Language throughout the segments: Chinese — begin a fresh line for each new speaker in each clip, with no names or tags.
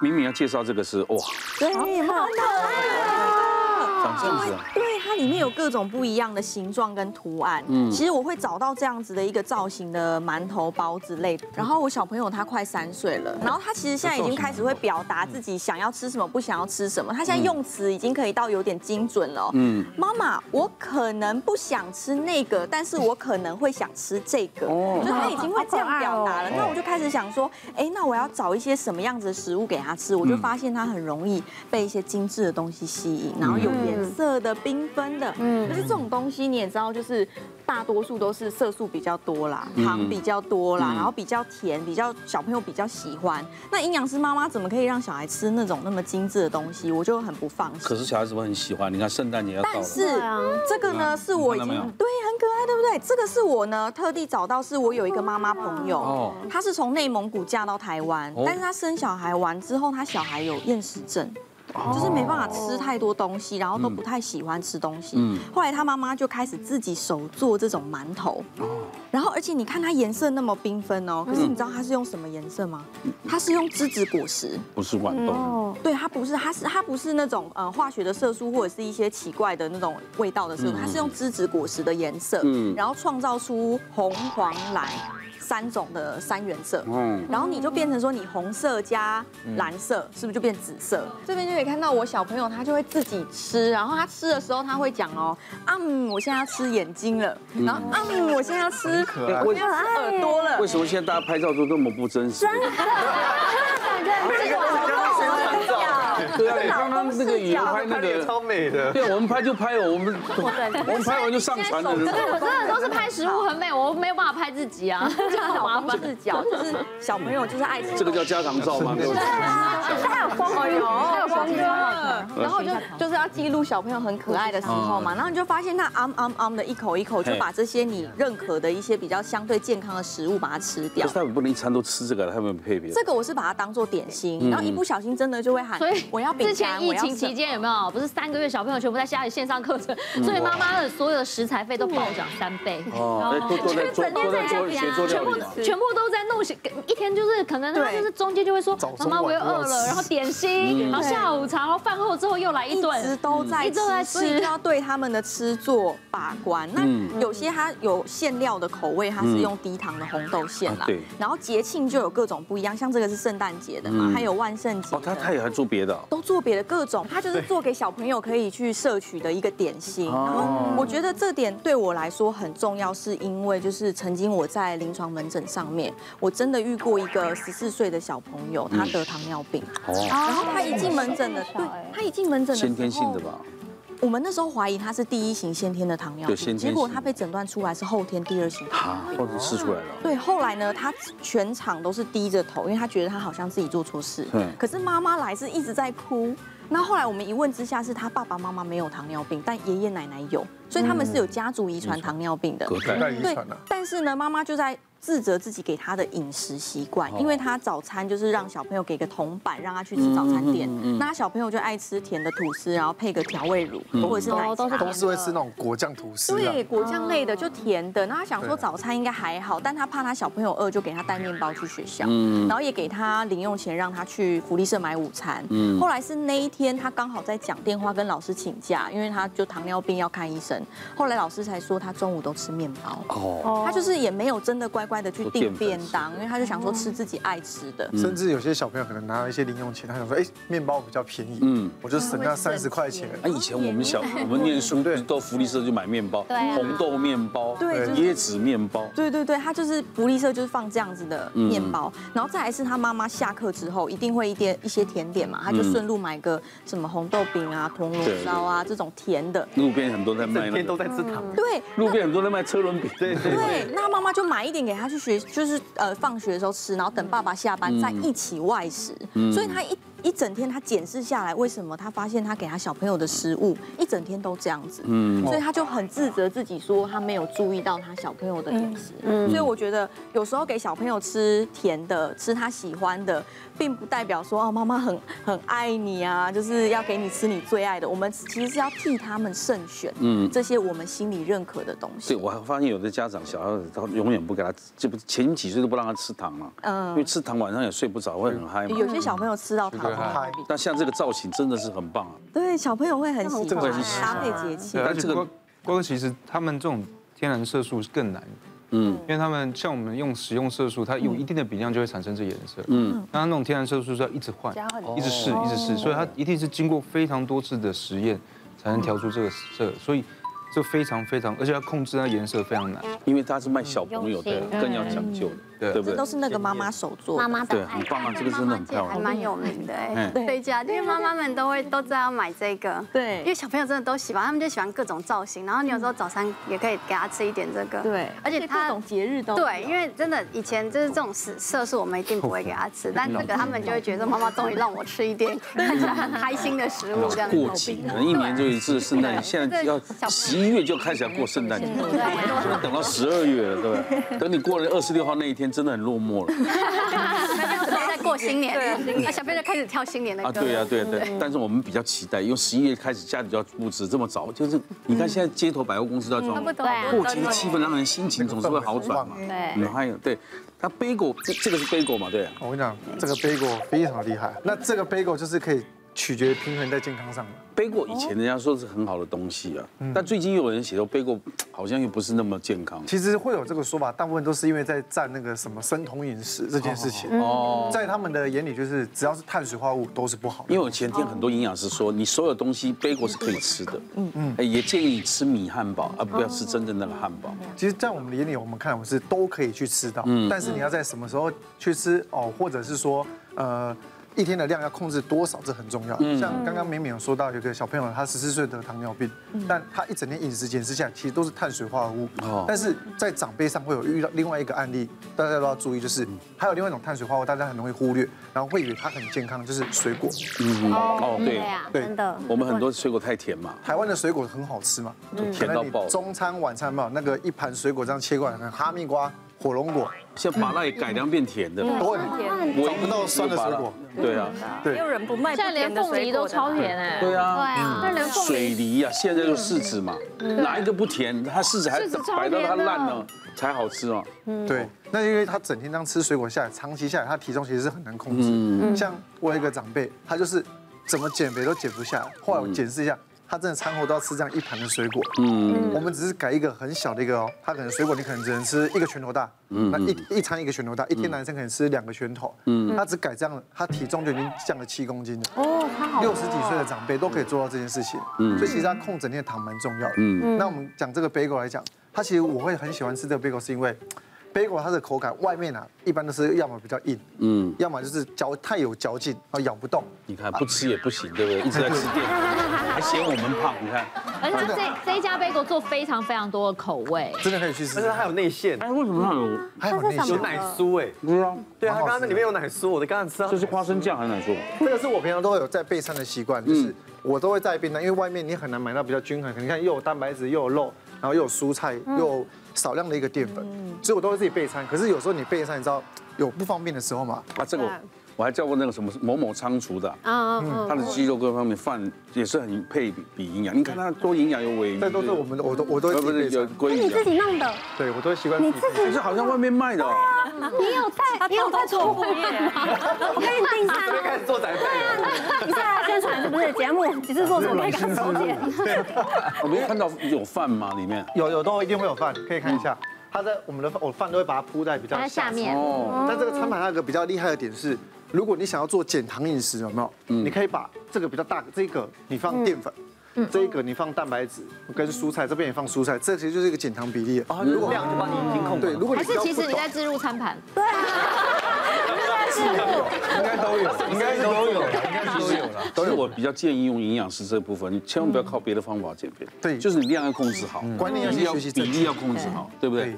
明明要介绍这个是哇，
对，有没有好可啊爱
长这样子啊。
对，它里面有各种不一样的形状跟图案。嗯，其实我会找到这样子的一个造型的馒头包之类的。然后我小朋友他快三岁了，然后他其实现在已经开始会表达自己想要吃什么，不想要吃什么。他现在用词已经可以到有点精准了。嗯，妈妈，我可能不想吃那个，但是我可能会想吃这个。哦，就他已经会这样表达了。那我就开始想说，哎，那我要找一些什么样子的食物给他吃？我就发现他很容易被一些精致的东西吸引，然后有颜色的、缤纷的。嗯，可是这种东西你也知道，就是大多数都是色素比较多啦，糖比较多啦，然后比较甜，比较小朋友比较喜欢。那营养师妈妈怎么可以让小孩吃那种那么精致的东西？我就很不放心。
可是小孩子会很喜欢，你看圣诞节要到
但
了，嗯
是这个呢，是我已经
你看到没
对
有
很可爱，对不对？这个是我呢特地找到，是我有一个妈妈朋友
哦，
她是从内蒙古嫁到台湾
哦，
但是她生小孩完之后，她小孩有厌食症。
哦
就是没办法吃太多东西，然后都不太喜欢吃东西。
嗯
后来她妈妈就开始自己手做这种馒头，
哦
然后而且你看它颜色那么缤纷哦，可是你知道它是用什么颜色吗？它是用栀子果实。
不是豌豆，
哦
对，它不是，它是它不是那种呃化学的色素或者是一些奇怪的那种味道的色素，它是用栀子果实的颜色，
嗯
然后创造出红、黄、蓝三种的三原色。
嗯，
然后你就变成说你红色加蓝色，是不是就变紫色？这边就可以看到我小朋友他就会自己吃，然后他吃的时候他会讲哦，啊嗯，我现在要吃眼睛了，然后啊嗯，我现在要吃，
可爱
我现在要吃耳朵了
哎为。什么现在大家拍照都那么不真实？对啊，你刚刚那个语言拍那
也
个，
超美的。
对，我们拍就拍哦，我们我们拍完就上传了。人
对，我真的都是拍食物很美，我没有办法拍自己啊，就很麻烦。
视角就是小朋友就是爱吃
这个叫家常照吗？对不对
还有光
哦
哥，然后就就是要记录小朋友很可爱的时候
嗯
嘛，然后你就发现他昂昂昂 um 的一口一口就把这些你认可的一些比较相对健康的食物把它吃掉
可是。他们不能一餐都吃这个，他们配别的。
这个我是把它当做点
嗯
心，然后一不小心真的就会喊
所以，
我要饼
之
干，
前
我
疫
要
情期间有没有？不是三个月小朋友全部在家里线上课程，所以妈妈的所有的食材费都暴涨三倍。
哦，哎多多在做，多在做
啊
学做料
全部
理嘛。
全部都在弄，一天就是可能他
对
就是中间就会说
早
妈
中
妈我又
晚都要
饿
吃
了，然后点心，然后下午茶，然后饭后之后又来一
一直
顿，嗯
都在
一直都在
吃，
吃
所以就要对他们的吃做把关。那
嗯
有些它有馅料的口味，它是用低糖的红豆馅啦
啊对。
然后节庆就有各种不一样，像这个是圣诞节的嘛，还有万圣节的。
哦，他他也还做别的哦。
都做别的各种，它就是做给小朋友可以去摄取的一个点心。
哦
然后我觉得这点对我来说很重要，是因为就是曾经我在临床门诊上面，我真的遇过一个十四岁的小朋友，他得糖尿病，
哦，
然后他一进门诊的，对，他一进门诊的时候
先天性的吧？
我们那时候怀疑他是第一型先天的糖尿
对
病，
先天
结
性
果他被诊断出来是后天第二型。
啊，或者吃出来了。
对，后来呢，他全场都是低着头，因为他觉得他好像自己做错事
对。
可是妈妈来是一直在哭。那后来我们一问之下，是他爸爸妈妈没有糖尿病，但爷爷奶奶有，所以他们是有家族遗传糖尿病的。
隔代
代遗
对
传啊，
但是呢，妈妈就在自责自己给他的饮食习惯，因为他早餐就是让小朋友给个铜板，让他去吃早餐店。那小朋友就爱吃甜的吐司，然后配个调味乳或者是奶茶。
哦都是
公司会吃那种果酱吐司啊
对，，果酱类的就甜的。然后他想说
对
早餐应该还好，但他怕他小朋友饿，就给他带面包去学校，然后也给他零用钱让他去福利社买午餐。后来是那一天他刚好在讲电话跟老师请假，因为他就糖尿病要看医生。后来老师才说他中午都吃面包。
哦，
他就是也没有真的乖乖的去
都
订
淀粉
便当，因为他就想说吃自己爱吃的。
甚至有些小朋友可能拿了一些零用钱，他想说，哎，面包比较便宜，嗯，我就省那三十块钱。
哎，以前我们小我们念书
对
到福利社就买面包，
对啊
红豆面包，
对就是
椰子面包。
对对对，他就是福利社就是放这样子的面包，然后再来是他妈妈下课之后一定会一点一些甜点嘛，他就顺路买个什么红豆饼啊、铜锣烧啊这种甜的。
路边很多在卖
整
那
天都
个，
在吃糖。
对
路边很多在卖车轮饼。对对
对，那他妈妈就买一点给他去学，就是呃放学的时候吃，然后等爸爸下班再一起外食。所以他一一整天他检视下来，为什么他发现他给他小朋友的食物一整天都这样子？嗯，所以他就很自责自己说他没有注意到他小朋友的饮食。所以我觉得有时候给小朋友吃甜的，吃他喜欢的，并不代表说哦妈妈很很爱你啊，就是要给你吃你最爱的。我们其实是要替他们慎选，嗯，这些我们心里认可的东西。
对，我还发现有的家长小孩子他永远不给他，就不前几岁都不让他吃糖了，
嗯
因为吃糖晚上也睡不着，会很嗨嘛。
有些小朋友吃到糖好
对
好
嗨
比。
但像这个造型真的是很棒啊！
对，小朋友会很喜
这个
欢
很喜
搭配节气
对，。而
但
且
这个
瓜瓜哥其实他们这种天然色素是更难，
嗯
嗯，因为他们像我们用食用色素，它有一定的比量就会产生这颜色，嗯，哦那它那种天然色素是要一直换，一直试，一直试，所以它一定是经过非常多次的实验才能调出这个这个，所以这非常非常，而且要控制它颜色非常难，
因为它是卖小朋友的
用，心
更要讲究的，
对
对不
这都
对？
是那个妈妈手做的，
妈妈的
对，
爱
很棒啊，这个真的很漂
还
亮。
蛮有名的哎，
嗯
这一家，因为妈妈们都会都知道要买这个，
对
因为小朋友真的都喜欢，他们就喜欢各种造型，然后你有时候早餐也可以给他吃一点这个，
对
而且
各
他
种节日都有
对，因为真的以前就是这种色色素，我们一定不会给他吃，但这个他们就会觉得妈妈终于让我吃 一点看起来很开心的食物，这样子
过节，可能一年就一次圣诞节，现在要十一月就开始要过圣诞节，就要等到十二月了，对不对？等你过了二十六号那一天，真的很落寞了
在过新年，那小朋友就开始跳新年的
啊！
歌，
对啊，对啊对啊。但是我们比较期待，因为十一月开始家里就要布置，这么早就是你看现在街头百货公司都要装
不
潢，
懂
对啊
过节的气氛让人心情总是会好转嘛。
对
嗯，还有对，它 bagel 这这个是 bagel 嘛，对啊。
我跟你讲，这个 bagel 非常厉害。那这个 bagel 就是可以取决于平衡在健康上嘛。
背过以前人家说是很好的东西啊，但最近又有人写说背过好像又不是那么健康。
嗯其实会有这个说法，大部分都是因为在占那个什么生酮饮食这件事情。
嗯
哦，
在他们的眼里，就是只要是碳水化合物都是不好的。
因为我前天很多营养师说，你所有东西背过是可以吃的，嗯嗯，也建议你吃米汉堡，而不要吃真正那个汉堡。
其实，在我们的眼里，我们看我们是都可以去吃到，但是你要在什么时候去吃哦，或者是说，呃，一天的量要控制多少，这很重要。像刚刚敏敏有说到，有个小朋友他十四岁得糖尿病，但他一整天饮食检视下来，其实都是碳水化合物
哦。
但是在长辈上会有遇到另外一个案例，大家都要注意，就是还有另外一种碳水化合物，大家很容易忽略，然后会以为它很健康，就是水果。
嗯，哦对，
啊，
对
真的，
我们很多水果太甜嘛，
台湾的水果很好吃嘛，可
甜到
能你
爆
中餐、晚餐嘛，那个一盘水果这样切过来，哈密瓜、火龙果
现在把那也改良变甜的，
都很
我
找不到酸的水果。
对啊，
没有人不卖不
现在连
甜的
凤梨
水
都
果的
超甜哎，
对
对
啊。
啊，
那连凤
水
梨
梨啊，现在就柿子嘛，哪一个不甜？它柿子还
柿子超
摆到它
甜的
烂了才好吃哦。
对，那因为他整天这样吃水果下来，长期下来，他体重其实是很难控制。像我有一个长辈，他就是怎么减肥都减不下来。后来我检视一下，他真的餐后都要吃这样一盘的水果。嗯，我们只是改一个很小的一个哦，他可能水果你可能只能吃一个拳头大，那一一餐一个拳头大，一天男生可能吃两个拳头。嗯，他只改这样了，他体重就已经降了七公斤了。
哦，它好
六十几岁的长辈都可以做到这件事情，所以其实他控整天的糖蛮重要的。嗯，那我们讲这个 bagel 来讲，它其实我会很喜欢吃这个 bagel，是因为 bagel 它的口感外面啊，一般都是要么比较硬，
嗯，
要么就是嚼太有嚼劲，啊咬不动。
你看不吃也不行，对不啊对？一直在吃淀粉，还嫌我们胖，你看。
而且它这这一家 bagel 做非常非常多的口味，
真的可以去试
但是，它还有内馅，
哎，为什么它有？
还有内
有
馅，
奶酥哎，
不知道，
对，它刚刚那里面有奶酥，我都刚刚吃到
这。是花生酱还是奶酥？
这个是我平常都会有在备餐的习惯，
嗯
就是我都会带便当，因为外面你很难买到比较均衡，你看又有蛋白质又有肉，然后又有蔬菜，又有少量的一个淀粉，所以我都会自己备餐。可是有时候你备餐，你知道有不方便的时候嘛，
啊，这个我我还叫过那个什么某某仓储的，
嗯嗯
他的鸡肉各方面饭也是很配比比营养。你看它多营养有鲔鱼，
这都是我们的，我都我都
呃
会
不
自己
是
备
有鲑
餐
鱼啊，
己弄的，
对我都会习惯自己备餐。
可是好像外面卖的哦，
你有在，
哎
你有在重复
我可以订餐
这边
啊！
开始做宅配了，
你是来宣传是不是？节目几次做什么可以赶手点？
我没有看到有饭吗？里面
有有都一定会有饭，可以看一下。
嗯
它在我们的饭，我饭都会把它铺在比较
它下面。
哦，
那这个餐盘还有个比较厉害的点是，如果你想要做减糖饮食，有没有？
嗯
你可以把这个比较大，这个你放淀粉。
嗯
这一个你放蛋白质跟蔬菜，这边也放蔬菜，这其实就是一个减糖比例。
哦，如果量就帮你已经控制
对，如果你
还
比
是
较
其
不
实你
懂
在置入餐盘，
应该都有，应该是都有。
都有了。但是我比较建议用营养师这部分，你千万不要靠别的方法减肥。
对
就是你量要控制好，
观念要
比
先
例要
学习
比
正
例
确
要控制好，对不对
对？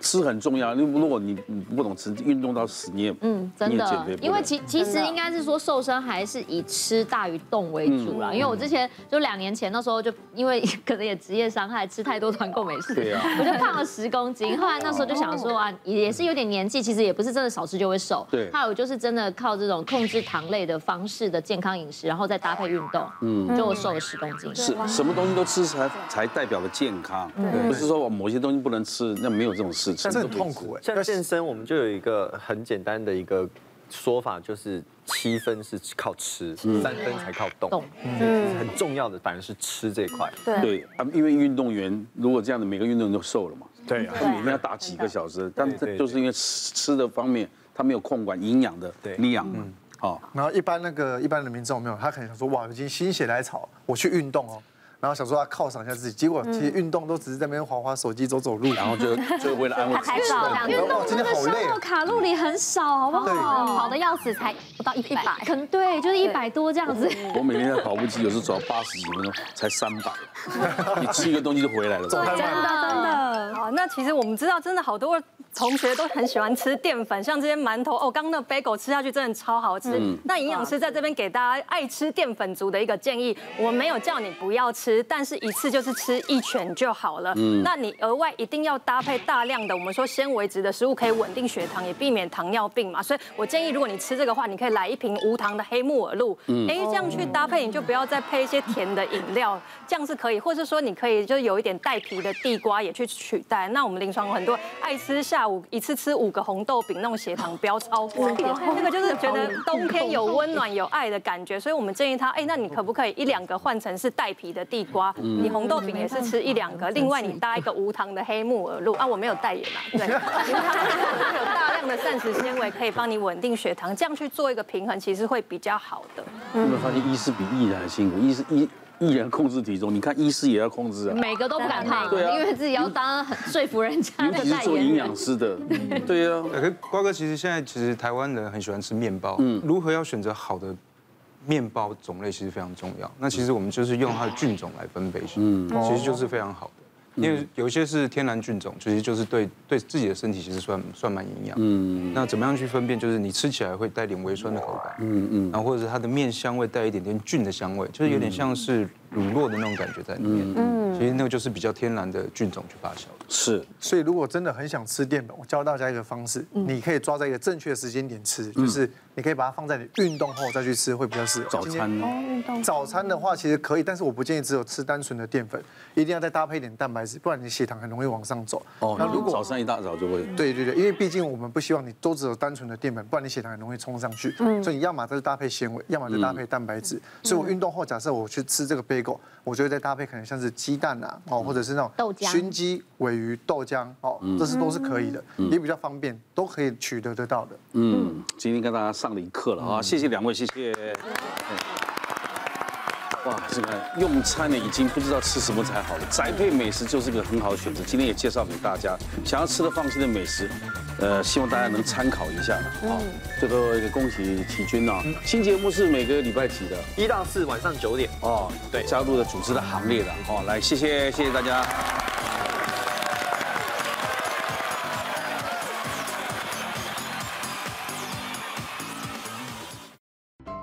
吃很重要，因为如果你你不懂吃，运动到死你也
嗯，真
你也减肥
的
不，了
因为其其实应该是说瘦身还是以吃大于动为
嗯
主啦。因为我之前就两年前那时候就因为可能也职业伤害，吃太多团购美食，
对啊啊哦
我就胖了十公斤。后来那时候就想说啊，也是有点年纪，其实也不是真的少吃就会瘦。
对
还有就是真的靠这种控制糖类的方式的健康饮食，然后再搭配运动，嗯，就我瘦了十公斤。
是
嗯
什么东西都吃才才代表了健康，不是说我某些东西不能吃，那没有这种事情。
但是很痛苦哎，
像健身，我们就有一个很简单的一个说法就是七分是靠吃，三分才靠动
动，
嗯，很重要的反而是吃这一块。
对，啊，因为运动员如果这样的，每个运动员都瘦了嘛，
对啊
他每天要打几个小时，但
对
这
对
就是因为吃吃的方面他没有控管营养的
对嗯
营养，好，
然后一般那个一般的民众没有，他可能想说哇，已经心血来潮，我去运动哦，然后想说他犒赏一下自己，结果其实运动都只是在那边划划手机、走走路，
然后就就为了安慰自己，
少
运动
哇今
真
天
的
好
消
累
耗
哦，
卡路里很少，好不好？
跑的要死，才不到一
一
百。
百
可能对，就是一百多这样子。
我每天在跑步机，有时候走到八十几分钟才三 百，你吃一个东西就回来了。
真的真的，好，那其实我们知道，真的好多同学都很喜欢吃淀粉，像这些馒头哦，刚刚那 bagel 吃下去真的超好吃。那营养师在这边给大家爱吃淀粉族的一个建议，我没有叫你不要吃，但是一次就是吃一拳就好了。那你额外一定要搭配大量的我们说纤维质的食物，可以稳定血糖，也避免糖尿病嘛。所以我建议，如果你吃这个话，你可以来一瓶无糖的黑木耳露，哎，这样去搭配，你就不要再配一些甜的饮料，这样是可以，或者说你可以就是有一点带皮的地瓜也去取代。那我们临床有很多爱吃下午一次吃五个红豆饼，那种血糖飙超过，那个就是觉得冬天有温暖有爱的感觉，所以我们建议他，哎，那你可不可以一两个换成是带皮的地瓜？你红豆饼也是吃一两个，另外你搭一个无糖的黑木耳露啊，我没有代言啊，对，无糖黑木耳露有大量的膳食纤维可以帮你稳定血糖，这样去做一个平衡，其实会比较好的。
有没有发现医师比艺人还辛苦？医师医艺人控制体重，你看医师也要控制啊，
每个都不敢胖，
对啊
因为自己要当很说服人家
尤
的
其是
代
做
言
营
人
养。师 的，对啊，
呃可是瓜哥，其实现在其实台湾人很喜欢吃面包，如何要选择好的面包种类其实非常重要。那其实我们就是用它的菌种来分配，嗯，其实就是非常好的，因为有些是天然菌种，其实就是对对自己的身体其实算算蛮营养，嗯，那怎么样去分辨？就是你吃起来会带点微酸的口感，嗯嗯，然后或者是它的面香味带一点点菌的香味，就是有点像是乳酪的那种感觉在里面，嗯，其实那个就是比较天然的菌种去发酵的。
是
所以如果真的很想吃淀粉，我教大家一个方式，你可以抓在一个正确的时间点吃，就是你可以把它放在你运动后再去吃，会比较适合。
嗯早
今天
餐呢，
早餐的话其实可以，但是我不建议只有吃单纯的淀粉，一定要再搭配一点蛋白质，不然你血糖很容易往上走。
哦，那如果早上一大早就会，
对对对，因为毕竟我们不希望你都只有单纯的淀粉，不然你血糖很容易冲上去。
嗯
所以你要么就是搭配纤维，要么就搭配蛋白质。所以我运动后，假设我去吃这个 bagel，我就会再搭配可能像是鸡蛋啊，哦，或者是那种
豆浆
熏鸡、尾鱼、豆浆，哦，这是都是可以的，也比较方便，都可以取得得到的。
嗯，今天跟大家上了一课了
嗯
啊，谢谢两位，谢谢。对哇，这个用餐呢已经不知道吃什么才好了，宅配美食就是一个很好的选择。今天也介绍给大家，想要吃的放心的美食，呃，希望大家能参考一下好，
嗯
最后一个恭喜齐军啊，新节目是每个礼拜几的？
一到四晚上九点。
哦，对，加入了组织的行列了。哦，来，谢谢，谢谢大家。